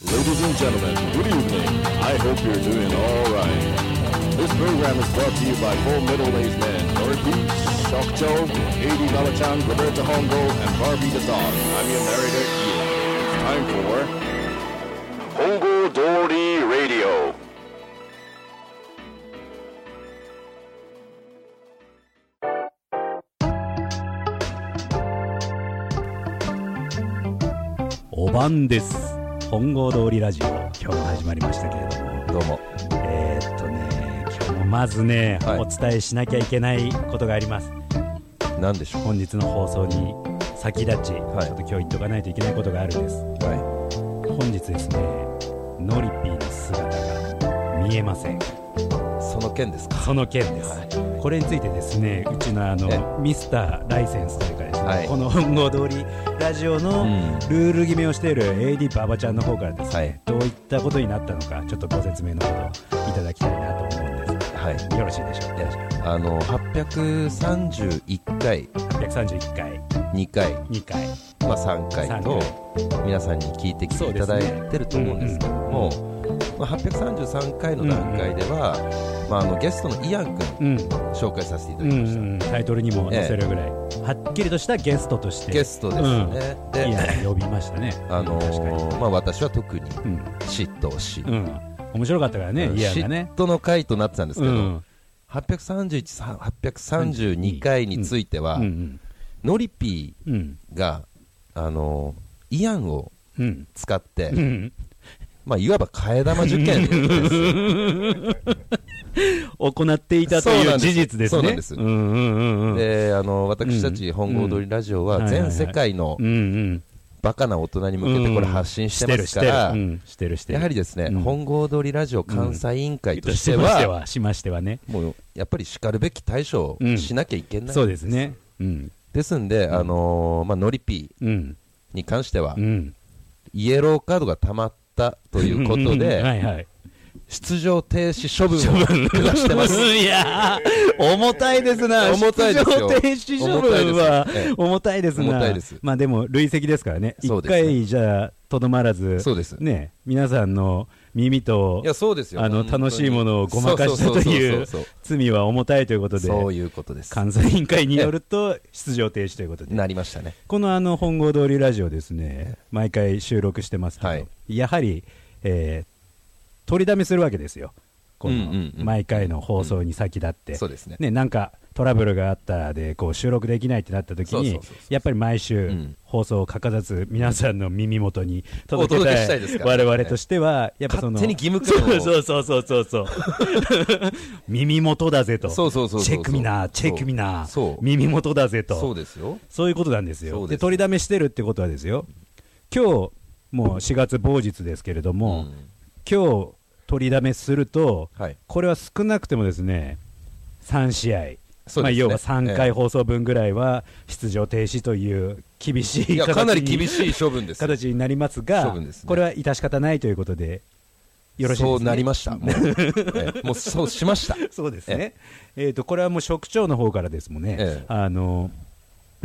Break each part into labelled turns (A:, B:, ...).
A: Ladies and gentlemen, good evening. I hope you're doing all right. This program is brought to you by four middle-aged men, Norby, Shokcho, Heidi Valachan, Roberta Hongo, and Barbie the Dog. I'm your narrator, Ian. It's time for Hongo Dory Radio.
B: お晩です本郷通りラジオ今日も始まりましたけれども
C: どうも。
B: えー、っとね今日もまずね、
C: はい
B: お伝えしなきゃいけないことがあります
C: なんでしょ
B: 本日の放送に先立ち、
C: はい
B: ちょっと今日言っとかないといけないことがあるんです
C: う。は
B: 本日ですねノリピーの姿が見えません
C: い。その件ですか。
B: その件です、これについてですねうちのあのミスターライセンスというかですね、
C: はい
B: この本郷通りラジオの、
C: うん
B: ルール決めをしている AD ババちゃんの方からですね、
C: はい
B: どういったことになったのかちょっとご説明のほどいただきたいなと思うんです
C: はい。
B: がよろしいでしょう
C: い
B: か
C: やあの831回、
B: 831回
C: 2回、
B: 2回
C: まあ3回と皆さんに聞いてきていただいてると思うんですけども、まあ、833回の段階では、まあ、あのゲストのイアン君
B: うん、
C: 紹介させていた
B: う
C: だき
B: ん
C: ました。
B: うんタイトルにも載せるぐらい、はっきりとしたゲストとして
C: ゲストです
B: う
C: よね。
B: んいい
C: で、
B: や呼びましたね
C: あの
B: 確か
C: ーまあ、私は特に
B: に
C: 嫉妬し、
B: うん、うん、面白かったからね、
C: うん
B: イヤが
C: 嫉
B: ね
C: 妬の回となってたんですけど、
B: うん
C: 831、832回については、
B: うん
C: ノリピ
B: うんうん
C: ーが、あの、イアンを
B: うん
C: 使って、
B: うん
C: まあ、いわば替え玉受験ですよ。
B: 行っていたという事実ですね
C: そうなんです
B: うんうん うんうん
C: で、あの、私たち、本郷通りラジオは、全世界の
B: うんうん
C: バカな大人に向けてこれ発信してますから
B: う、んしてるしてる、うんしてるしてる
C: やはりですね、
B: うん
C: 本郷通りラジオ関西委員会と
B: と
C: し
B: しててまして
C: は、
B: はしましてはね
C: もう、やっぱり叱るべき対処をしなきゃいけない。
B: そうです。ねうん
C: ですんで、あの、まあ、ノリピー
B: うん
C: に関しては
B: う、ん
C: イエローカードが溜まったというこ
B: う
C: と
B: んは
C: で、
B: いはい
C: 出場停止処分を下し てます。
B: いやー重たいですな
C: 重たいですよ
B: 出場停止処分は
C: 重たいですええ
B: 重たいですな
C: 重たいです
B: まあでも累積ですからね一
C: そうですね
B: 回じゃとどまらず
C: そうです
B: ね皆さんの耳と
C: いや、そうですよ。
B: あの
C: 本当に
B: 楽しいものをごまかしたという
C: そうそうそうそう
B: 罪は重たいということ
C: そう
B: で
C: そういうことです。
B: 監査委員会によると出場停止ということで
C: なりましたね。
B: このあの本郷通りラジオですね、毎回収録してますけど、
C: はい
B: やはり、えー取りだめするわけですよ、こ
C: うんうんう
B: の
C: ん
B: 毎回の放送に先立って、
C: そうですね。
B: ね、なんかトラブルがあったでこう収録できないってなった時
C: そうそう
B: に
C: そうそう
B: やっぱり毎
C: う
B: 週
C: ん
B: 放送を欠かさず皆さんの耳元に届け
C: お届け
B: た
C: した
B: い
C: いですから
B: 我
C: ね
B: 々としてはやっぱその
C: 勝手に義務感を
B: そうそうそうそう そうそう耳元だぜと
C: そうそうそうそう
B: チェックミナーチェックミナ
C: そ
B: ー
C: う
B: 耳元だぜと
C: そうですよ。
B: そういうことなんですよ。
C: そう
B: で
C: です
B: 取りだめしてるってことはですよ、今日もう4月某日ですけれども、
C: うん
B: 今日取りだめすると、
C: はい
B: これは少なくてもですね、3試合、
C: そうですね
B: まあ、要は3
C: え
B: 回
C: え
B: 放送分ぐらいは出場停止という厳しい形
C: い
B: に
C: や、かなり厳しい処分ですよ。
B: 形になりますが
C: 処分ですね
B: これは致し方ないということで、よろしいですね。
C: そうなりま した。もう、ええもうそうしました。
B: そうですね、えーとこれはもう職長の方からですもんね、
C: ええ
B: あの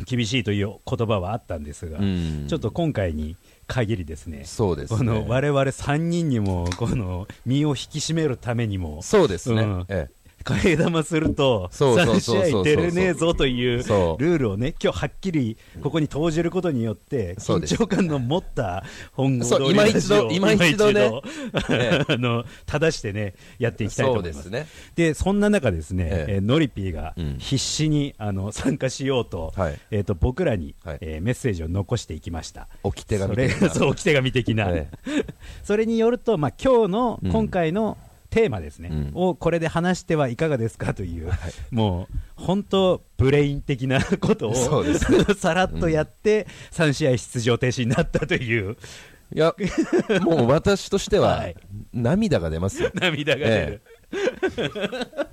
B: 厳しいという言葉はあったんですが、
C: うん
B: ちょっと今回に限りですね、
C: そうですね
B: この我々3人にもこの身を引き締めるためにも、
C: そうですね。
B: うん
C: え
B: 替え玉すると
C: そうそ
B: 3
C: うそうそう
B: 試合出れねえぞというル
C: そう
B: ールをね、今日はっきりここに投じることによって、
C: そう
B: 緊
C: です
B: 張感の持った本郷通
C: そう
B: り
C: 今
B: ラ
C: 一
B: ジオ
C: 度
B: を
C: 今一度ね
B: 今一度
C: え
B: あの正してね、やってい
C: え
B: きたいと
C: そう
B: 思い
C: で
B: ます
C: す。ね。
B: でそんな中ですね、え
C: ええ
B: ーノリピーが
C: うん
B: 必死に、あの参加しようと,、
C: はい
B: えー、と僕らに、
C: はい
B: えーメッセージを残していきました
C: 置き手紙
B: それ
C: 的な
B: そう置き手紙的な、
C: え
B: それによると、まあ、今日の、
C: うん
B: 今回のテーマですね、
C: うん
B: をこれで話してはいかがですかという、
C: はい
B: もう本当ブレイン的な ことを
C: そうで
B: さらっとやって、3試合出場停止になったという
C: いや、もう私としては
B: はい、
C: 涙が出ますよ。
B: 涙が出る、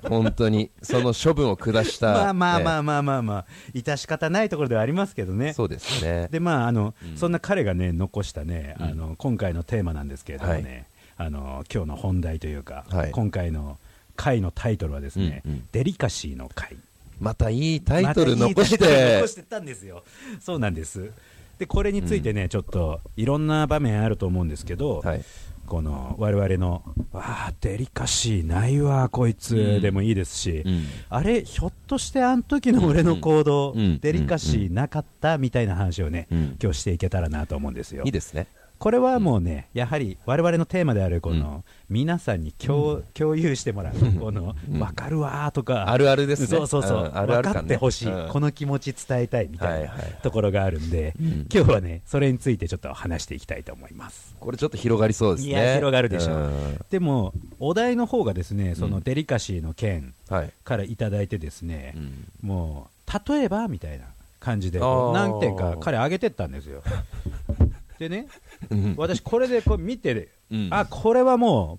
C: 本当に、その処分を下した。
B: まあまあま
C: あ、
B: あまあまあまあ、致し方ないところではありますけどね。
C: そうですね。
B: でまああの、そんな彼がね残したね、あの今回のテーマなんですけれどもね、あの今日の本題というか、
C: はい
B: 今回の回のタイトルはですね、
C: うんうん
B: デリカシーの回
C: またいいタイトル
B: またいい
C: 残し
B: タイトル
C: て
B: 残し、てたんですよそうなんですでこれについてね、ちょっといろんな場面あると思うんですけど、
C: はい
B: この我々の「わあデリカシーないわこいつ」でもいいですし、
C: うん
B: あれひょっとしてあの時の俺の行動、
C: うんうん
B: デリカシーなかったみたいな話をね、
C: うん
B: 今日していけたらなと思うんですよ
C: いいですね。
B: これはもうね、やはり我々のテーマであるこの、皆さんに共,、共有してもらう、この
C: うん
B: 分かるわーとか、
C: あるあるですね。
B: そうそうそう、
C: んある
B: 分か
C: ある感
B: っ
C: ね
B: てほしい、
C: うん
B: この気持ち伝えたいみたいな
C: はいはい
B: ところがあるんで、
C: ん
B: 今日はね、それについてちょっと話していきたいと思います。
C: これちょっと広がりそうですね。
B: いや広がるでしょうんでも、お題の方がですね、そのデリカシーの件
C: はい。
B: からいただいてですね、
C: うん
B: もう、例えばみたいな感じで、
C: あー
B: 何点か彼、挙げてったんです よ。でね、
C: うん
B: 私、これでこう見て、
C: うん
B: あこれはも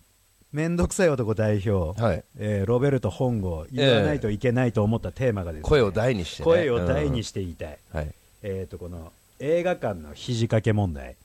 B: う、めんどくさい男代表、
C: はい
B: えーロベルト本郷、言わないといけないと思ったテーマがですね、
C: 声を大にしてね。
B: 声を大にして言いたい、
C: うん。はい。
B: えー、とこの映画館の肘掛け問題、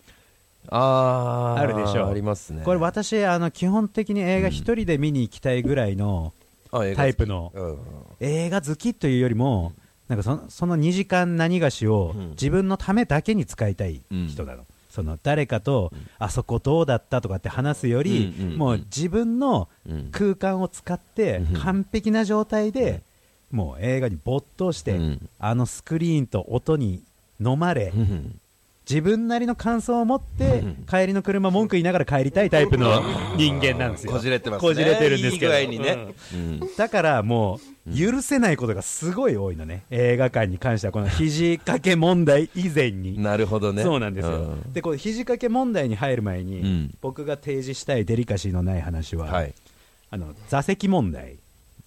C: あー
B: あるでしょう
C: ありますね。
B: これ、私、あの基本的に映画一人で見に行きたいぐらいの
C: あ映画好き
B: タイプの
C: うんうん
B: 映画好きというよりも、なんかそのその2時間何がしを
C: うん
B: 自分のためだけに使いたい人なの。その誰かと、あそこどうだったとかって話すより、
C: うんうんうん
B: もう自分の
C: うん
B: 空間を使って
C: うん
B: 完璧な状態で、もう映画に没頭して、
C: うん
B: あのスクリーンと音に飲まれ、
C: うん
B: 自分なりの感想を持って
C: うん
B: 帰りの車文句言いながら帰りたいタイプの人間なんですよ
C: こじれてますね。
B: こじれてるんですけど
C: いい具合にね。うん
B: うんだからもう許せないことがすごい多いのね映画館に関してはこの肘掛け問題以前に
C: なるほどね。
B: そうなんですよ
C: ん
B: でこの肘掛け問題に入る前に、
C: うん
B: 僕が提示したいデリカシーのない話は、
C: はい。
B: あの座席問題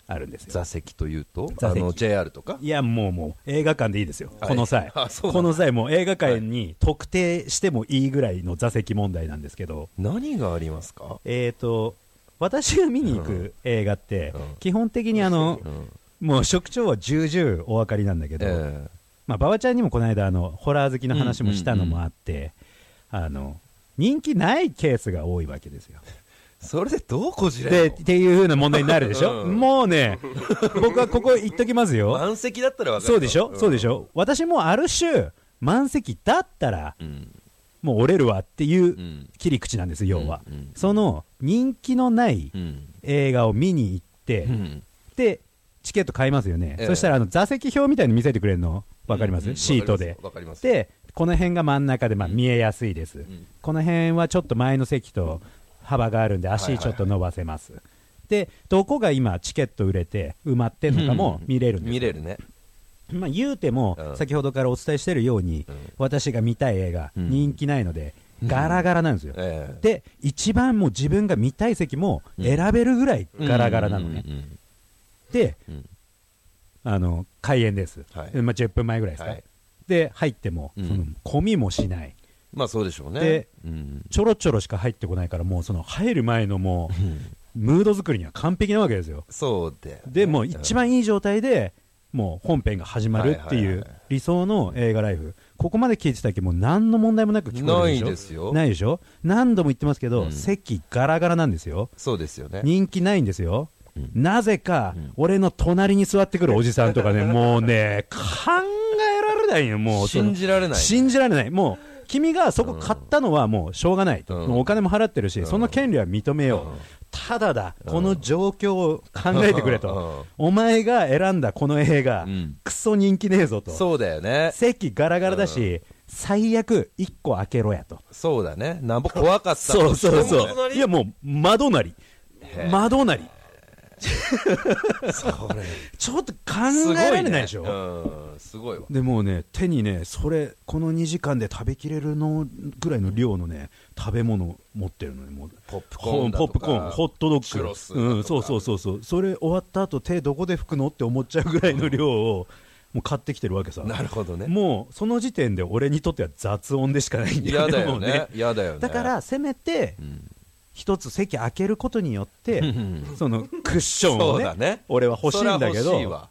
B: あるんですよ
C: 座席というと、
B: 座
C: あ
B: 席
C: の JR とか
B: いやもうもう映画館でいいですよ、
C: はい
B: この際、
C: あそうなんだ
B: この際、もう映画館に特定してもいいぐらいの座席問題なんですけど、
C: 何がありますか
B: えー、と私が見に行く映画って、
C: うん
B: 基本的にあの、
C: うん
B: もう職長は重々お分かりなんだけど、
C: え
B: まあ、馬場ちゃんにもこの間あのホラー好きの話もしたのもあって、あの人気ないケースが多いわけですよ。
C: えそれでどうこじ
B: で
C: れ
B: っ
C: る
B: ていう風な問題になるでしょ、
C: うん
B: もうね僕はここ言っときます
C: の
B: よ
C: 満席だったらわかる
B: そうでしょ、そうでし
C: ょ
B: ょ私もある種満席だったら
C: うん
B: もう折れるわっていううん切り口なんです要は、
C: うんうん
B: その人気のない
C: うん
B: 映画を見に行って、
C: うん
B: でチケット買いますよね、
C: ええ
B: そしたらあの座席表みたいの見せてくれるの分かります、
C: うんうん
B: シートで
C: わかりますわかり
B: でこの辺が真ん中で、まあ、見えやすいです、
C: ん
B: この辺はちょっと前の席と幅があるんで足ちょっと伸ばせます、でどこが今チケット売れて埋まってんのかも見れるんですよ
C: 見れるね
B: まあ、言うても、
C: うん
B: 先ほどからお伝えしてるように、
C: うん
B: 私が見たい映画、
C: うん
B: 人気ないのでガラガラなんですよ、
C: ええ
B: で一番もう自分が見たい席も選べるぐらいガラガラなのね、
C: うんうん
B: で、
C: うん
B: あの開演です、
C: はい
B: でまあ、10分前ぐらいですか、
C: はい
B: で入っても、
C: うん
B: その込みもしない
C: まあそうでしょうね
B: で
C: うん
B: ちょろちょろしか入ってこないからもうその入る前のもう
C: うん
B: ムード作りには完璧なわけですよ
C: そうで
B: でもう一番いい状態でもう本編が始まるって
C: はいはいいうはい
B: 理想の映画ライフここまで聞いてたけどもう何の問題もなく聞こえるでしょ
C: ないですよ
B: ないでしょ何度も言ってますけど、
C: うん
B: 席ガラガラなんですよ
C: そうですよね
B: 人気ないんですよ、
C: うん
B: なぜか、
C: うん
B: 俺の隣に座ってくるおじさんとか ね、もうね、考えられないよ、もう、その
C: 信じられない
B: 信じられない、もう、君がそこ買ったのはもうしょうがない、
C: うん
B: もうお金も払ってるし、
C: うん
B: その権利は認めよう、
C: うん
B: ただだ、この状況を考えてくれと、お前が選んだこの映画、
C: うん
B: クソ人気ねえぞと、
C: そうだよね
B: 席ガラガラだし、最悪、1個開けろやと。
C: そうだねなんぼ怖かった
B: そうそう
C: 人の
B: そ
C: 隣
B: う。いやもう、窓なり。窓なり。 ちょっと考えられないでしょ、
C: すごねうんすごいわ
B: でもうね、手にね、それ、この2時間で食べきれるのぐらいの量のね、食べ物持ってるのね、もう。
C: ポップコーンだ
B: ポ
C: と
B: ッ
C: か
B: プコーン、ホットド
C: チュロ
B: ッ
C: ス
B: グ、うん、そうそうそうそう、それ終わった後手どこで拭くのって思っちゃうぐらいの量を、もう買ってきてるわけさ、
C: なるほどね
B: もうその時点で俺にとっては雑音でしかないんだ
C: 嫌
B: よね、
C: だ
B: も
C: よ
B: う
C: ね嫌だよね
B: だから、せめて
C: うん
B: 一つ席開けることによって、そのクッション
C: そ
B: を
C: うだね
B: ね、俺は欲しいんだけ
C: そりゃ欲しい
B: ど、
C: わ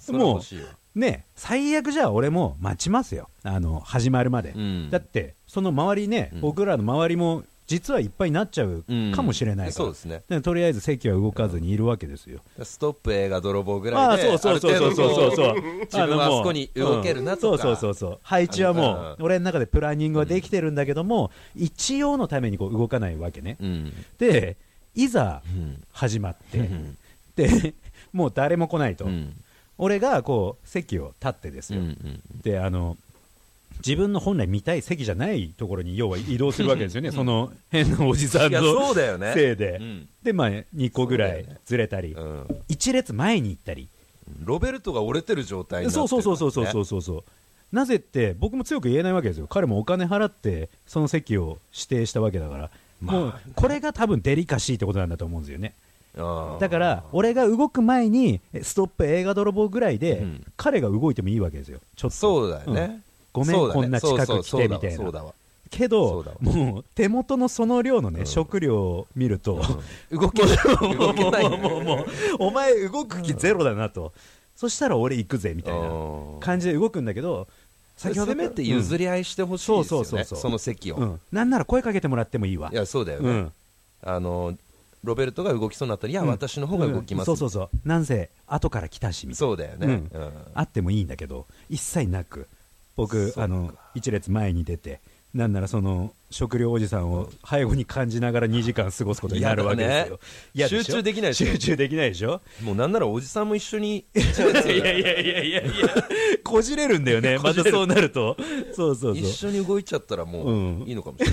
C: そりゃ欲しいわ
B: ね、最悪じゃあ俺も待ちますよ、あの始まるまで、
C: うん
B: だってその周りね、
C: うん
B: 僕らの周りも実はいっぱいになっちゃうかもしれないから、
C: そうですね
B: でとりあえず席は動かずにいるわけですよ。
C: ストップ映画泥棒ぐ
B: あ
C: ら
B: あ
C: いで
B: そうそうそうそうそうそうそう
C: ある程度こ自分はあそこに動けるなとか
B: うんそうそうそうそう配置はもう
C: うん
B: 俺の中でプランニングはできてるんだけども、一応のためにこう動かないわけね、
C: ううん
B: でいざ
C: うん
B: 始まって、
C: うん
B: でもう誰も来ないと、
C: うん
B: 俺がこう席を立ってです
C: うんう
B: よ、
C: ん
B: であの自分の本来見たい席じゃないところに要は移動するわけですよね、その変なおじさん
C: いやそ
B: の
C: うだよね
B: せいで、
C: うん
B: で、まあ、2個ぐら
C: そう
B: い
C: だよね
B: ずれたり、
C: うん
B: 一列前に行ったり、
C: ロベルトが折れてる状態になって
B: そ
C: る
B: うそうそうそうそうそううそうそう、なぜって僕も強く言えないわけですよ、彼もお金払ってその席を指定したわけだから、
C: まあ
B: もうこれが多分デリカシーってことなんだと思うんですよね。だからら俺が動く前にえストップ映画泥棒ぐらいで、
C: うん
B: 彼が動いてもいいわけですよちょっと
C: そうだよね、
B: んごめん
C: そうだね
B: こんな近く来てみたいな
C: そうだわ
B: け
C: そ
B: ど
C: うだわ
B: もう手元のその量のね、
C: うん
B: 食料を見ると、
C: そうだわ動けない動けない
B: もうもうもうお前動く気ゼロだなと、そしたら俺行くぜみたいな
C: うん
B: 感じで動くんだけど先ほど
C: せめて譲り合いしてほしいです
B: そうそ
C: よ
B: うそう
C: ね
B: そう
C: その席を、
B: うんうんなんなら声かけてもらってもいいわ
C: いやそうだよ
B: う
C: ね、
B: ん
C: あのロベルトが動きそうになったらいや、
B: うん
C: 私の方が動きます、
B: うんそうそうそうなんせ後から来たしみたいな
C: そうだよね、
B: うん
C: うん
B: あってもいいんだけど一切なく僕
C: そうか
B: あの一列前に出てなんならその食料おじさんを背後に感じながら2時間過ごすことになるわけですよ
C: 嫌
B: 嫌
C: だね
B: しょ
C: 集中できないでしょ
B: 集中できないでしょ
C: もうなんならおじさんも一緒に
B: いやいやいやいやいやこじれるんだよ ねまたそうなるとそうそう
C: 一
B: そう
C: 緒に動いちゃったらも
B: う
C: うんいいのかもし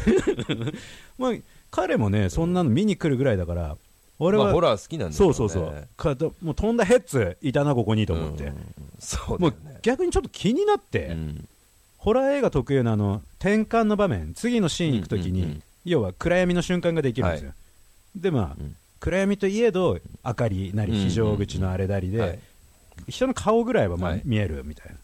C: れない、
B: まあ彼もねそんなの見に来るぐらいだから俺
C: まあ
B: は
C: ホラー好きなんだ
B: そうそうそうかともう飛んだヘッズいたなここにと思って
C: そうだ
B: も
C: よ
B: う
C: ね
B: 逆にちょっと気になって
C: うん
B: ホラー映画特有のあの転換の場面、次のシーン行くときに、
C: うんうんうん
B: 要は暗闇の瞬間ができるんですよ。
C: は
B: で、まあ、
C: うん
B: 暗闇といえど、明かりなり、
C: うんうんうん
B: 非常口のあれなりで、
C: はい
B: 人の顔ぐらいはまあ、
C: はい
B: 見えるみたいな。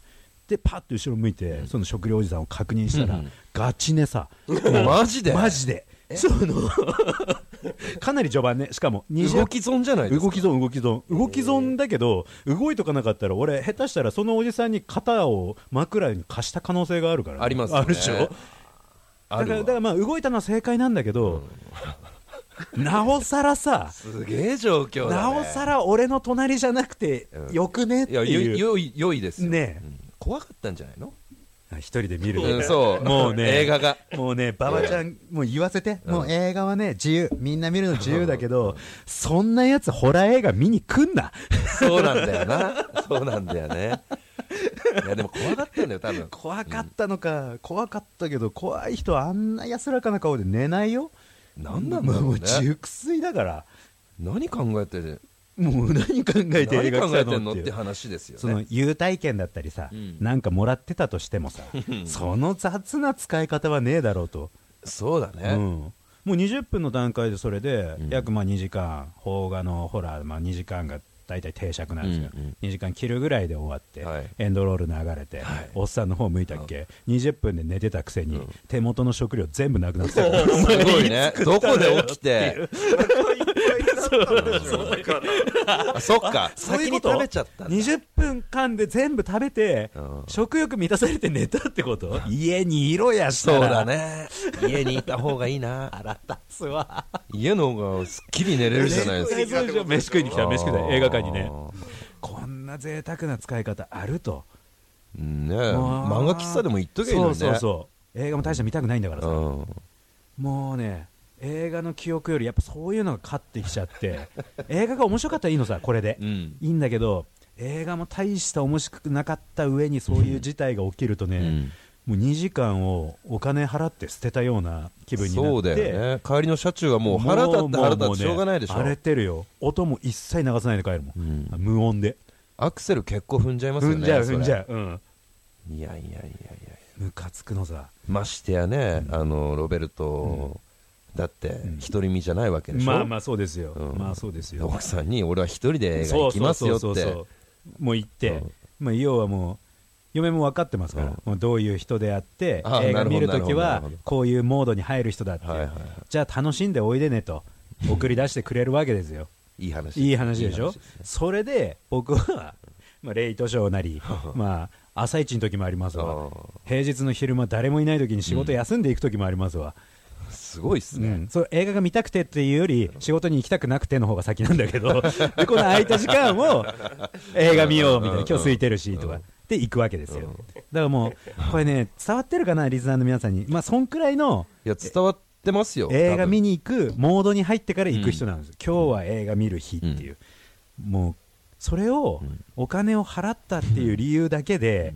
B: で、パッと後ろ向いて、その食料おじさんを確認したら、
C: うんうん
B: ガチ寝さ、
C: マジで
B: マジで、その かなり序盤ね、しかも20
C: 動き損じゃないですか
B: 動き損、動き損、動き損だけど、動いとかなかったら、俺、下手したらそのおじさんに肩を枕に貸した可能性があるからね、
C: ありますよね
B: あるでしょ、
C: あ
B: だ
C: る
B: から
C: わ
B: だからまあ動いたのは正解なんだけど、なおさらさ、
C: すげえ状況だ、ね、
B: なおさら俺の隣じゃなくて
C: うん
B: よくねって
C: いや
B: いう、
C: よよい良いですよ
B: ねえ
C: うん怖かったんじゃないの、
B: あ一人で見る、
C: うん、そう
B: もうね、
C: 映画が
B: もうね、馬場ちゃん、もう言わせて、もう映画はね、自由、みんな見るの自由だけど、そんなやつ、ホラー映画見に来んな。
C: そうなんだよな。そうなんだよね。いや、でも怖かったんだよ、多分。
B: 怖かったのか、怖かったけど怖い人はあんな安らかな顔で寝ないよ
C: なんなんだろうね
B: もう熟睡だから
C: 何考えてる
B: もう何考えて映
C: 何
B: 画
C: 考
B: 来
C: えて
B: た
C: ん
B: の
C: のっ
B: って
C: て
B: いう
C: 話ですよ
B: その
C: ね。
B: 優待券だったりさ、
C: うん
B: なんかもらってたとしてもさその雑な使い方はねえだろうと、
C: そうだ
B: うん、
C: ね。
B: もう20分の段階でそれで、
C: うん
B: 約まあ2時間邦画のホラー、まあ、2時間が大体定着なんですよ、
C: うんうん
B: 2時間切るぐらいで終わって、
C: はい
B: エンドロール流れて、
C: はい
B: おっさんの方向いたっけ、20分で寝てたくせに、
C: うん
B: 手元の食料全部なくなってた
C: すごいね。どこで起きて。あそ っか。
B: そういう
C: 先
B: こ
C: に
B: と
C: 食べちゃったんだ。
B: 20分間で全部食べて、
C: うん
B: 食欲満たされて寝たってこと家にいろやした
C: そ
B: ら
C: うだね。家にいた方がいいな。
B: 腹立つわ
C: 家の方がすっきり寝れるじゃないですか。
B: そうそうそう飯食いに来た飯食いに来た映画館にね
C: あー。
B: こんな贅沢な使い方あると
C: ねえ
B: もう
C: 漫画喫茶でも行っとけばいいのにね。
B: そうそうそう映画も大した見たくないんだからさ、
C: うん
B: もうね映画の記憶よりやっぱそういうのが勝ってきちゃって 映画が面白かったらいいのさこれで、
C: うん
B: いいんだけど映画も大した面白くなかった上にそういう事態が起きるとね、もう2時間をお金払って捨てたような気分になって
C: そうだよね帰りの車中はもう腹立って
B: もう
C: 腹立っ
B: も
C: て
B: うね
C: しょうがないでしょ
B: 荒れてるよ音も一切流さないで帰るもん、
C: うん
B: 無音で
C: アクセル結構踏んじゃいますよ
B: 踏
C: ね
B: んじゃう
C: それ
B: 踏んじゃううん
C: いやいやいやいや
B: ムカつくのさ
C: ましてやね、あのロベルト、だって
B: ん
C: 独り身じゃないわけでしょ、
B: まあまあそうですよ、
C: うん
B: まあそうですよ
C: 奥さんに俺は一人で映画行きますよって
B: そうそうそうそうもう行って、
C: うん
B: まあ、要はもう嫁も分かってますから、
C: うん
B: もうどういう人であって
C: ああ
B: 映画見るとき
C: な
B: は
C: るほどなるほど
B: こういうモードに入る人だって、
C: はいはいはい
B: じゃあ楽しんでおいでねと送り出してくれるわけですよ
C: い い話
B: いい話でしょ
C: いいすね
B: それで僕は、まあ、レイトショーなりまあ朝一の時もあります
C: あ
B: わ
C: ー
B: 平日の昼間誰もいない時に仕事休んでいく時もありますわ、
C: すごいっすね、
B: うんそう映画が見たくてっていうより仕事に行きたくなくての方が先なんだけ どでこの空いた時間を映画見ようみたいな今日空いてるしとかで行くわけですよだからもうこれね伝わってるかなリスナーの皆さんにまあそんくらいの
C: いや伝わってますよ
B: 映画見
C: に
B: に行くモードに入ってから行く人なんです、今日は映画見る日っていう、もうそれを
C: うん
B: お金を払ったっていう理由だけで、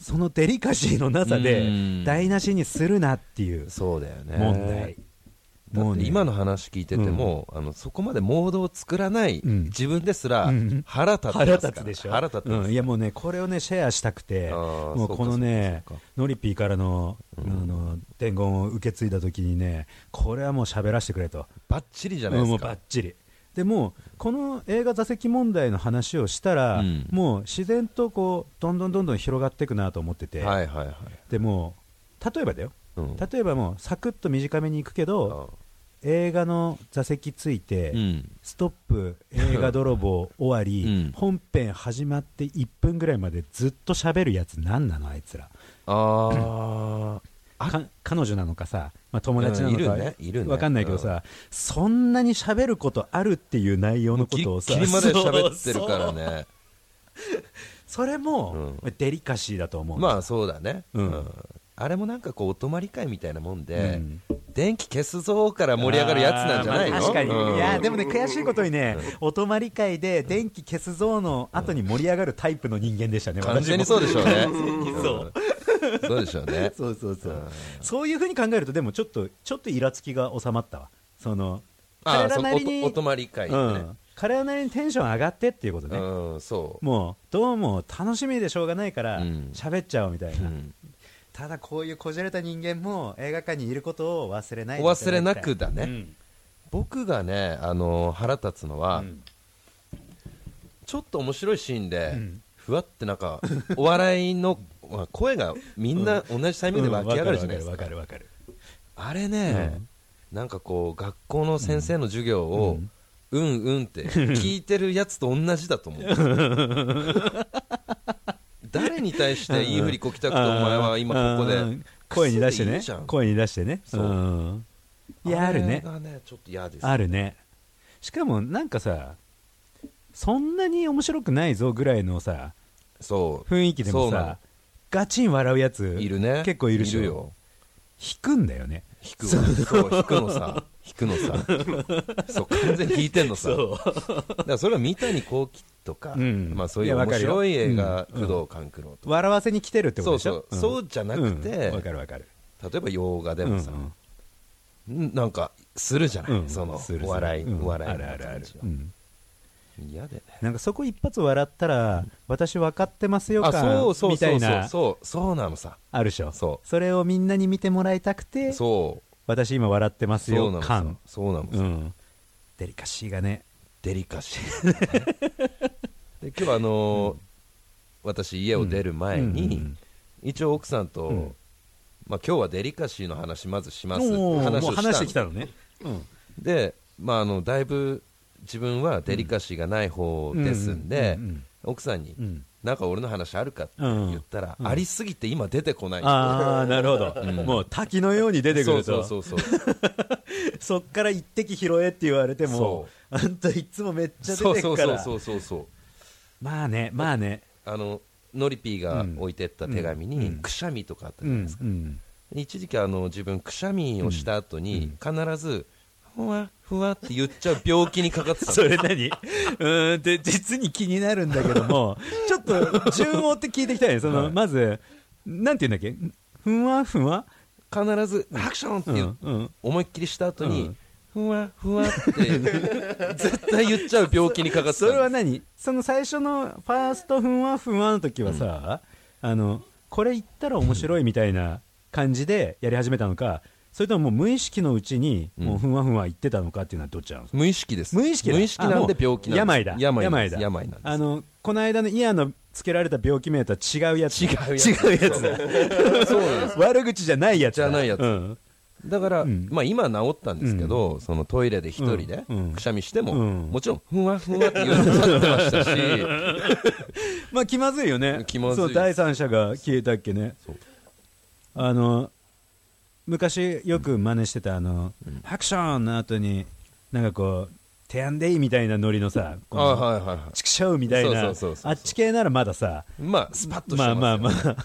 B: そのデリカシーのなさ
C: うん
B: で台無しにするなっていう
C: そうだよね
B: 問題、
C: だって
B: ね
C: 今の話聞いてても、あのそこまでモードを作らない
B: うん
C: 自分ですら
B: うん
C: 腹立ってますから
B: 腹立つでしょ
C: 腹立ってます
B: うん、いやもうねこれをねシェアしたくて
C: あ
B: も
C: ー
B: う
C: そうか
B: このね
C: そうか
B: ノリピーからの,、あの伝言を受け継いだ時にねこれはもう喋らせてくれと
C: バッチリじゃないで
B: うんも
C: す
B: う
C: か、
B: バッチリでもうこの映画座席問題の話をしたら、
C: うん
B: もう自然とこうどんどんどんどん広がっていくなと思ってて、
C: はいはいはい、
B: でもう例えばだよ
C: うん
B: 例えばもうサクッと短めに行くけど映画の座席ついて、
C: うん
B: ストップ映画泥棒終わり、
C: うん
B: 本編始まって1分ぐらいまでずっと喋るやつ何なのあいつら
C: ああ
B: か彼女なのかさ、まあ、友達なのか、
C: うんいるねいるね
B: わかんないけどさ、そんなに喋ることあるっていう内容
C: あ
B: のことをさ
C: 切りまで喋ってるか
B: そ
C: ら
B: うそう
C: ね
B: それも、
C: う
B: デリカシーだと思う、
C: まあそうだね、
B: うん
C: あれもなんかこうお泊まり会みたいなもんで、
B: うん
C: 電気消すぞから盛り上がるやつなんじゃないの、
B: あーまあ確かに、
C: うん
B: いやでもね悔しいことにね、お泊まり会で電気消すぞの後に盛り上がるタイプの人間でしたね、
C: 完全にそうでしょうね
B: 私も完全に そう、
C: うんそうでしょう ね
B: そうそうそう。そういうふうに考えると、でもちょっと、ちょっとイラつきが収まったわ。その、
C: あ
B: 彼
C: あ
B: ら
C: そ
B: な
C: の
B: り
C: お
B: に、
C: お泊まり会
B: う
C: ね、
B: ん。彼らなりにテンション上がってっていうことね。
C: うん、そ
B: もう、どうも楽しみでしょうがないから
C: うん、、
B: 喋っちゃおうみたいう
C: う
B: な。
C: ん
B: ただ、こういうこじれた人間も映画館にいることを忘れないで
C: お忘れなく
B: いた
C: だ
B: だきた
C: ね、
B: いうん
C: 僕がね、あのー腹立つのは、
B: うん
C: ちょっと面白いシーンで、
B: ん
C: ふわってなんか お笑いのまあ声がみんな同じタイミングで湧き上がるじゃないですか,、
B: わかるわかるわかる。
C: あれね、なんかこう学校の先生の授業を、うん、うんって聞いてるやつと同じだと思う 誰に対していい振りこきたくてお前は今ここ
B: あ
C: で
B: ー声に出して
C: いい
B: ね
C: じゃん。
B: 声に出してね。
C: そうん
B: いや、ある
C: れ
B: ね。
C: がねちょっと嫌です
B: あるねしかもなんかさそんなに面白くないぞぐらいのさ
C: そう
B: 雰囲気でも
C: そうなの
B: さガチン笑うやつ
C: いるね
B: 結構いるし
C: よ
B: 引くんだよね
C: 引くわそう引くのさ引くのさ そう完全に引いてんのさだからそれは三谷幸喜とか、
B: うん
C: まあ、そう
B: い
C: いう
B: やわ
C: 面
B: かるよ
C: 白い映画、
B: うん
C: 工藤官九郎とか、
B: 笑わせに来てるってことでし
C: そ
B: ょ
C: うそうそうじゃなくて
B: うんわかるわかる
C: 例えば洋画でもさ、
B: うん
C: んなんかするじゃない、
B: うん
C: その
B: するする
C: お笑い、
B: うん
C: お笑い
B: あ
C: の
B: るあるあ
C: 感
B: る
C: じは
B: うん
C: 嫌でね
B: なんかそこ一発笑ったら私分かってますよ
C: あそ
B: 感
C: うそう
B: みた
C: そう
B: い
C: そう
B: な
C: そうそうなのさ
B: あるでしょ
C: そう
B: それをみんなに見てもらいたくて
C: そう
B: 私今笑ってます
C: そうな
B: よ
C: のさ
B: 感
C: そうなのさ、
B: うんデリカシーがね
C: デリカシー で今日はあのー私家を出る前に、
B: うんうんうん
C: 一応奥さんと、
B: ん
C: まあ、今日はデリカシーの話まずします
B: おー
C: 話
B: も
C: を
B: う
C: した
B: 話してきたのねうん
C: で、まあ、あのだいぶ自分はデリカシーがない方ですんで、
B: うんうんうんうん
C: 奥さんに、
B: うん
C: なんか俺の話あるかって言ったら、ありすぎて今出てこない
B: ああなるほど、もう滝のように出てく
C: そう
B: ると
C: そ
B: そう
C: そうそう
B: っから一滴拾えって言われても
C: そ
B: あんたいつもめっちゃ
C: そ
B: 出て
C: う
B: く
C: そう
B: か
C: そう
B: ら
C: そうそうそう
B: まあねまあね
C: あのノリピーが置いてった手紙に、くしゃみとかあった
B: う
C: じゃない
B: ん
C: ですか、
B: うん
C: 一時期あの自分くしゃみをした後に、必ずふわふわって言っちゃう病気にかかってたの
B: それ何うーんで実に気になるんだけど もちょっと順を追って聞いていきたいねその、
C: はい
B: まずなんて言うんだっけふんわふんわ
C: 必ずアクションって言う、
B: うんうん
C: 思いっきりした後に、
B: うん
C: ふわふわって 絶対言っちゃう病気にかかって
B: そ
C: た
B: れは何その最初のファーストふんわふんわの時はさ、あのこれ言ったら面白いみたいな感じでやり始めたのかそれとももう無意識のうちにもうふんわふんわ言ってたのかっていうのはどっちなの
C: 無意識です
B: 無意識だ
C: 無意識
B: あ
C: な
B: も
C: ん
B: う
C: で病気なん
B: 病
C: です
B: だ
C: 病なん
B: 病
C: です
B: だ
C: 病なんです
B: あのこの間のイヤのつけられた病気名とは違うやつ
C: 違 うやつ
B: 違うやつだ
C: そうなんです
B: 悪口じゃないやつだ
C: じゃないやつ
B: うん
C: だから、
B: ん
C: まあ、今治ったんですけど、そのトイレで一人で
B: うんうん
C: くしゃみしても、
B: うん
C: もちろんふわふわって言っちゃってま したし
B: まあ気まずいよね
C: 気まずい
B: そう第三者が消えたっけね
C: そう
B: あの昔よく真似してたあの、ハクションの後になんかこう手やんでいいみたいなノリのさこ
C: あ
B: の
C: はいはいは
B: チクショーみたいな
C: そうそうそうそうそう
B: あっち系ならまださ
C: いまあスパッとして
B: まあ
C: す
B: まあま あ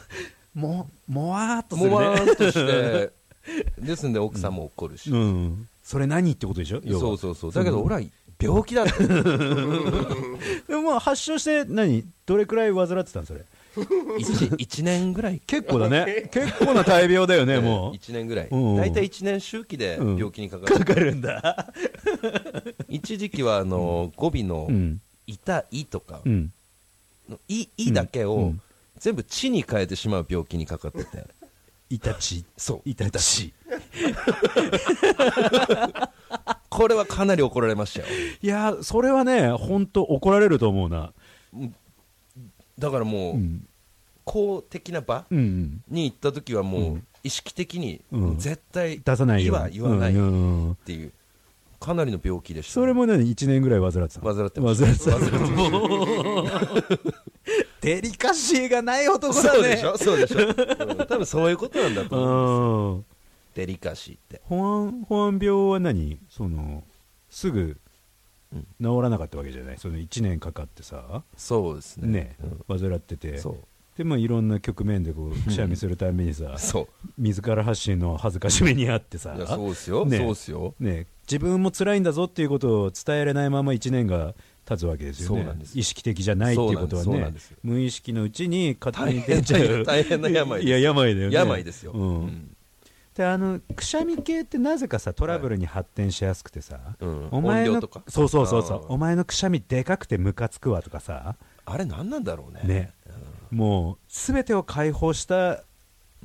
B: ももわーっとする
C: もわ
B: ね
C: ーっとして ですんで奥さんも怒るし、
B: うんそれ何ってことでしょ要は
C: そうそうそうだけど俺は病気だ って
B: でもまあ発症して何どれくらい患ってたんそれ
C: 1, 年ぐらい
B: 結構だ ね結構な大病だよねも
C: 1年ぐ らい
B: うんうん
C: 大体1年周期で病気にかか
B: う
C: る、
B: かかるんだ
C: 一時期はあの語尾の
B: うん
C: 「痛い」とか
B: うん
C: 「い」いだけ
B: うんう
C: を
B: ん
C: 全部「ち」に変えてしまう病気にかかってて
B: イタチ
C: そう
B: イタチ
C: これはかなり怒られましたよ
B: いやーそれはね本当怒られると思うな
C: だからも
B: う
C: うん公的な場
B: うんうん
C: に行った時はもう意識的に
B: うん
C: 絶対
B: 出さないよ
C: は言わな
B: う
C: い
B: ん
C: っ
B: うんうん
C: ていうかなりの病気でした
B: それも何1年ぐらい患ってたの
C: 患ってまし
B: 患ってた デリカシーがない男だね
C: そうでしょ そうでしょ、うん多分そういうことなんだと
B: う
C: 思うんデリカシーって
B: 保安保安病は何そのすぐ
C: うん
B: 治らなかったわけじゃないその1年かかってさ
C: そうですね
B: ね
C: うん
B: 患ってて
C: そう
B: でまあいろんな局面でこうくしゃみするために さ
C: そ
B: 自ら発信の恥ずかしめにあって
C: う
B: さ
C: いやそうっすよ、
B: ね
C: そうっすよ
B: ね、自分も辛いんだぞっていうことを伝えれないまま1年が経つわけですよ
C: そう
B: ね
C: なんです
B: 意識的じゃないっていうことは
C: そうなん
B: ね
C: ですそうなん
B: 無意識のうちに勝手に
C: 大
B: 出
C: 変
B: ちゃう
C: な大変な病です
B: いや病だよね
C: 病ですよ、
B: うんであのくしゃみ系ってなぜかさトラブルに発展しやすくてさ、
C: うん
B: お前
C: 音
B: の
C: 量とか
B: そうそうそうそう
C: うん
B: お前のくしゃみでかくてムカつくわとかさ
C: あれ何なんだろうね
B: ね、もう全てを解放した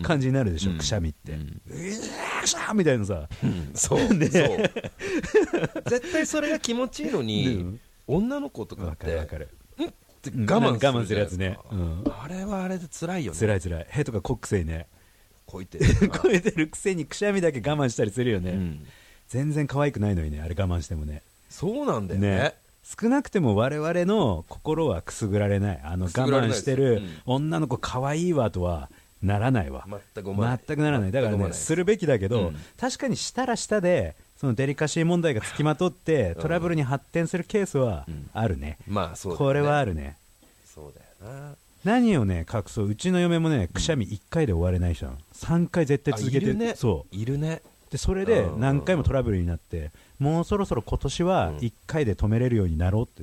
B: 感じになるでしょ、
C: うん
B: くしゃみって、う
C: う
B: わ
C: ん
B: ーくしゃーみたいなさ、
C: うんそう
B: ね
C: そう絶対それが気持ちいいのに、
B: うん
C: 女の子とか
B: わ
C: っ
B: かるわ
C: て
B: かる
C: って我慢するじゃないですか
B: 我慢するやつねうん
C: あれはあれで辛いよね
B: 辛い辛いへとかこっくせいね
C: こいて
B: 超えてるくせにくしゃみだけ我慢したりするよね、
C: うん
B: 全然可愛くないのにねあれ我慢してもね
C: そうなんだよね
B: ね少なくても我々の心はくすぐられないあの我
C: くすぐられな
B: 慢
C: いです
B: してる
C: うん
B: 女の子可愛いわとはならないわ
C: 全く思わない
B: 全くならないだから
C: 全く思わ
B: ね
C: ない
B: するべきだけど、
C: うん
B: 確かにしたらしたでそのデリカシー問題がつきまとってトラブルに発展するケースは
C: うん
B: あるね、
C: まあそうだよね
B: これはあるね
C: そうだよな
B: 何をね隠そううちの嫁もねくしゃみ1回で終われない人なの3回絶対続け
C: あい
B: て
C: るね
B: そう
C: いるね
B: でそれで何回もトラブルになってもうそろそろ今年は1回で止めれるようになろうって、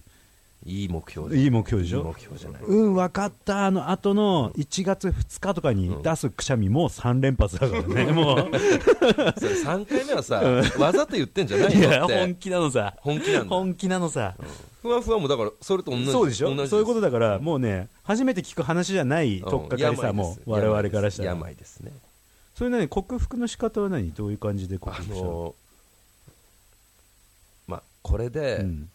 C: いい目標
B: いい目標でしょ
C: いい目標じゃない
B: うん分かったあの後の1月2日とかに出すくしゃみも3連発だからね、もう
C: それ3回目はさわざと言ってんじゃない
B: い
C: の
B: や
C: っ
B: 本
C: て
B: 気なのさ
C: 本気なんだ
B: 本気なのさ、
C: ふわふわもだからそれと同じ
B: そうでし
C: 同じ
B: ょ
C: す
B: そういうことだからもうね初めて聞く話じゃない
C: うん
B: 取っかかりさ、
C: 病で
B: も
C: す
B: う我々からしたら
C: 病ですね
B: それ何克服の仕方は何どういう感じで克
C: あ
B: 服したの、
C: のまあこれで、
B: うん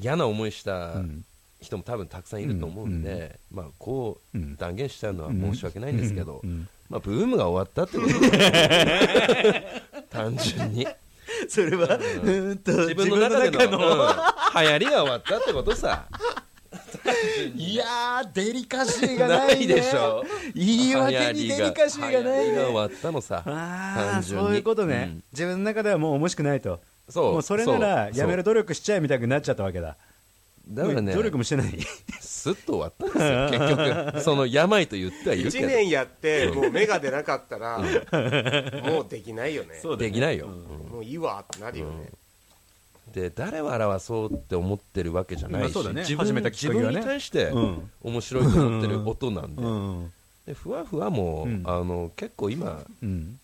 C: 嫌な思いした
B: うん
C: 人も多分たくさんいると思うんで、まあ、こう
B: うん
C: 断言しちゃうのは申し訳ないんですけど、
B: うんうん
C: まあ、ブームが終わったってことです よ単純に
B: それは、うーんと
C: 自分の中での
B: 自分の中の
C: うん流行りが終わったってことさ
B: いやー、デリカシーがな、
C: ない
B: ね、
C: いでしょ
B: 言い訳にデリカシーがない
C: 流行りが終
B: ね。
C: わったのさ
B: ああ、
C: 単純に
B: そういうことね、
C: うん
B: 自分の中ではもう面しくないと。
C: そう
B: もうそれなら
C: そう
B: やめる努力しちゃえみたいになっちゃったわけだ。
C: だからね
B: 努力もしてない。
C: すっと終わったんですよ 結局その病と言ってはいるけ
D: 1
C: ど
D: 年やってもう芽が出なかったらもうできないよね
C: できないよ、
D: もういいわってなるよね
C: で誰を表そうって思ってるわけじゃないし、
B: まあそうだね
C: 自
B: 始
C: 分
B: めたきっ
C: 自
B: かけがね
C: 分に対して
B: うん
C: 面白いと思ってる音なんで,、
B: うん。
C: でふわふわも、
B: うん
C: あの結構今
B: うん。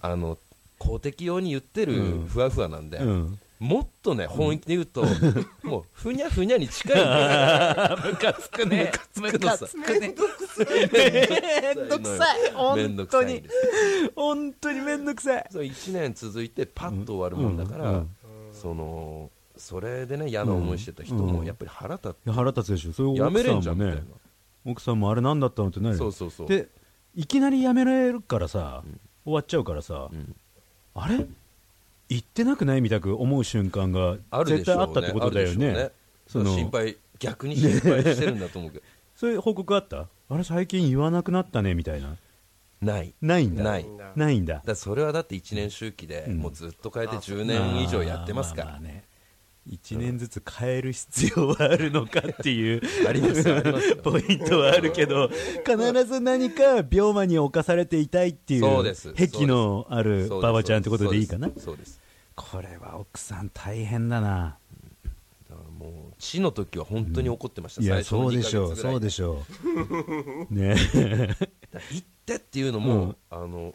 C: あの公的用に言ってるふわふわなんで、
B: うん。
C: もっとね本気で言 うと、もうふにゃふにゃに近いんだよムカつくねムカつくね
B: め
C: め
B: んどくさい。
C: めん
B: 本
C: どく
B: 当
C: さいん
B: に
C: で。す
B: 本当にめんどくさい。
C: そう1年続いてパッと終わるもんだから、
B: うん
C: そのそれでね嫌な思いしてた人もやっぱり腹立って、
B: いや腹立つでしょ。そういう
C: やめれん
B: 奥
C: じ
B: さ
C: ゃ
B: ん
C: ん
B: も
C: みたいな
B: ね。奥さんもあれ何だったのってなるよ
C: そうそうそう
B: でいきなりやめられるからさ、終わっちゃうからさ、
C: ん
B: あれ言ってなくないみたく思う瞬間が
C: あるで
B: 絶
C: し
B: 対
C: ょう、ね、
B: あったってことだよね
C: あるでしょう
B: その
C: 心配逆に心配してるんだと思うけど
B: そういう報告あったあれ最近言わなくなったねみたいな
C: ない
B: ないんだ
C: ない
B: ないんだ
C: だからそれはだって1年周期で、
B: ん
C: もうずっと変えて10年以上やってますから
B: あーあね1年ずつ変える必要はあるのかっていう
C: ありますよありますよ
B: ポイントはあるけど必ず何か病魔に侵されていたいっていう
C: そうです
B: 癖のある
C: そうです
B: 馬場ちゃんってことでいいかな
C: そうです
B: これは奥さん大変だな
C: そうですだからもう死の時は本当に怒ってました、
B: いや
C: 最初の
B: そうでしょうそうで
C: 2ヶ月ぐらい
B: しょうね
C: だから行ってっていうのも、
B: うん
C: あの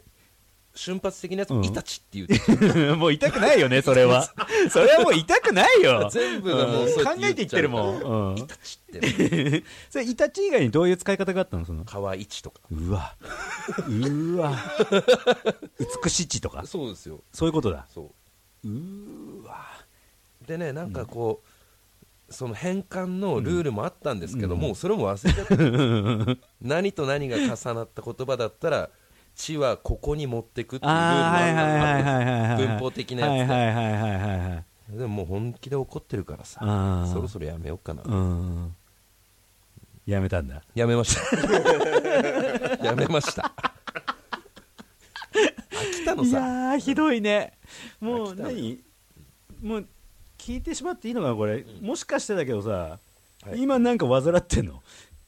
C: 瞬発的なやつ
B: う
C: も
B: ん
C: イタチっ ていう、う
B: もう痛くないよねそれはそれはもう痛くない よ
C: 全部がもうそう
B: 考
C: や
B: え
C: ってて
B: いっ
C: 言ってて
B: る
C: る
B: もん、うん、
C: イタチって
B: それイタチ以外にどういう使い方があったのその
C: 川一とか
B: うわうわ美しちとか
C: そうですよ
B: そういうことだ
C: そうでねなんかこう、その返還のルールもあったんですけど、もうそれも忘れちゃった 何と何が重なった言葉だったら「地はここに持ってく」っていうルール
B: ああはい
C: も
B: はいは
C: あ
B: いはいはいは
C: った
B: い
C: 文法的なやつで、
B: はいはいはいはいはいはい
C: でももう本気で怒ってるから
B: あ
C: さ
B: ー
C: そろそろやめようかな、
B: うんやめたんだ
C: やめましたやめました 飽きたの
B: いや
C: さ
B: ーひどいねもう
C: 飽きたよ
B: 何もう聞いてしまっていいのかなこれもしかしてだけどさ
C: はい
B: 今なんか患ってんの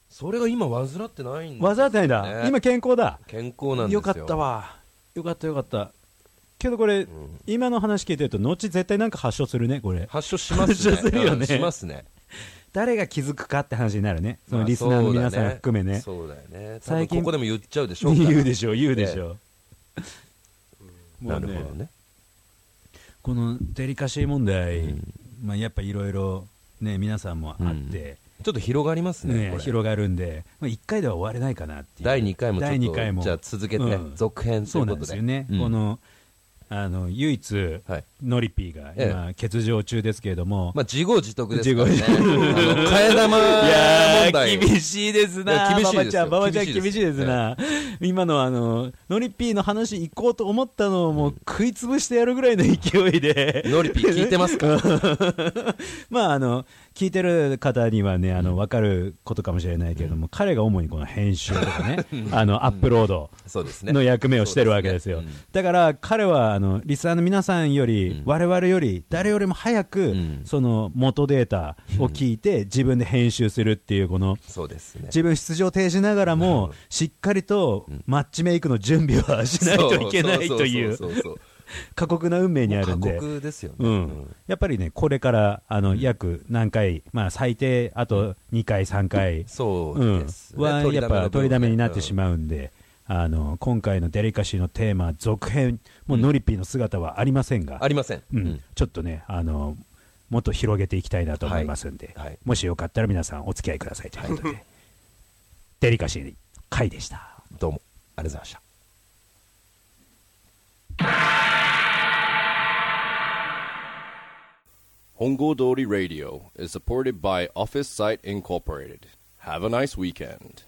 C: それが今患ってないんだ、
B: 患ってないんだ
C: ね
B: 今健康だ
C: 健康なんですよ
B: よかったわよかったよかったけどこれ
C: ん
B: 今の話聞いてると後絶対なんか発症するねこれ
C: 発症しますね
B: 発症するよね
C: うんしますね
B: 誰が気づくかって話になるねそのリスナーの皆さん含めね
C: そうだよね
B: 最
C: 最
B: 近
C: 近ここでも言っちゃうでしょうから
B: 言うでしょう言うでしょう
C: なるほどね
B: このデリカシー問題、
C: うん
B: まあ、やっぱいろいろね皆さんもあって、
C: ちょっと広がりますね
B: ね
C: これ
B: 広がるんで、まあ、1回では終われないかなっていう
C: 第2回もち
B: 第
C: ょ
B: 二
C: っ
B: 回
C: と
B: も
C: じゃあ続けて
B: うん
C: 続編とい
B: そううな
C: こ
B: ん
C: と
B: で
C: です
B: よね、
C: うん
B: このあの唯一、
C: はい
B: ノリピーが
C: え
B: 今、欠場中ですけれども、
C: まあ自業自得ですからね
B: 自業
C: あの替え玉問題
B: いやー厳しいです
C: い
B: な
C: や厳しいです
B: 馬場ちゃ
C: よ
B: ん馬場ちゃん厳
C: 厳
B: し
C: し
B: い
C: い
B: で
C: ですす
B: な、今のあのノリピーの話行こうと思ったのをもう食い潰してやるぐらいの勢いで
C: ノリピー聞いてますか
B: まああの聞いてる方にはねあの分かることかもしれないけれども、彼が主にこの編集とか ねあのアップロード
C: そうですね
B: の役目をしてるわけですよ
C: そうですね
B: だから彼はあのリスナーの皆さんより、
C: うん
B: 我々より誰よりも早く、
C: ん
B: その元データを聞いて自分で編集するっていうこの
C: そうですね
B: 自分出場停止ながらも、しっかりとマッチメイクの準備はしないといけないという
C: そうそうそうそう
B: 過酷な運命にある
C: 過
B: んで。
C: 酷ですよね
B: う
C: うんん、
B: やっぱりね、これからあの約何回、まあ、最低あと2回、3回、
C: そう
B: うん
C: ですね
B: は
C: 取り
B: やっ
C: だめの部分
B: ぱ
C: ね
B: 取りだめになってしまうんで、あの今回のデリカシーのテーマ、続編、もうノリピーの姿はありませんが、
C: ありません
B: う
C: うん
B: ん、ちょっとねあの、もっと広げていきたいなと思いますんで、
C: はいはい
B: もしよかったら皆さん、お付き合いくださいということで、デリカシー回でした。
C: どうもありがとうございました
A: Hongodori Radio is supported by Office Site Incorporated. Have a nice weekend.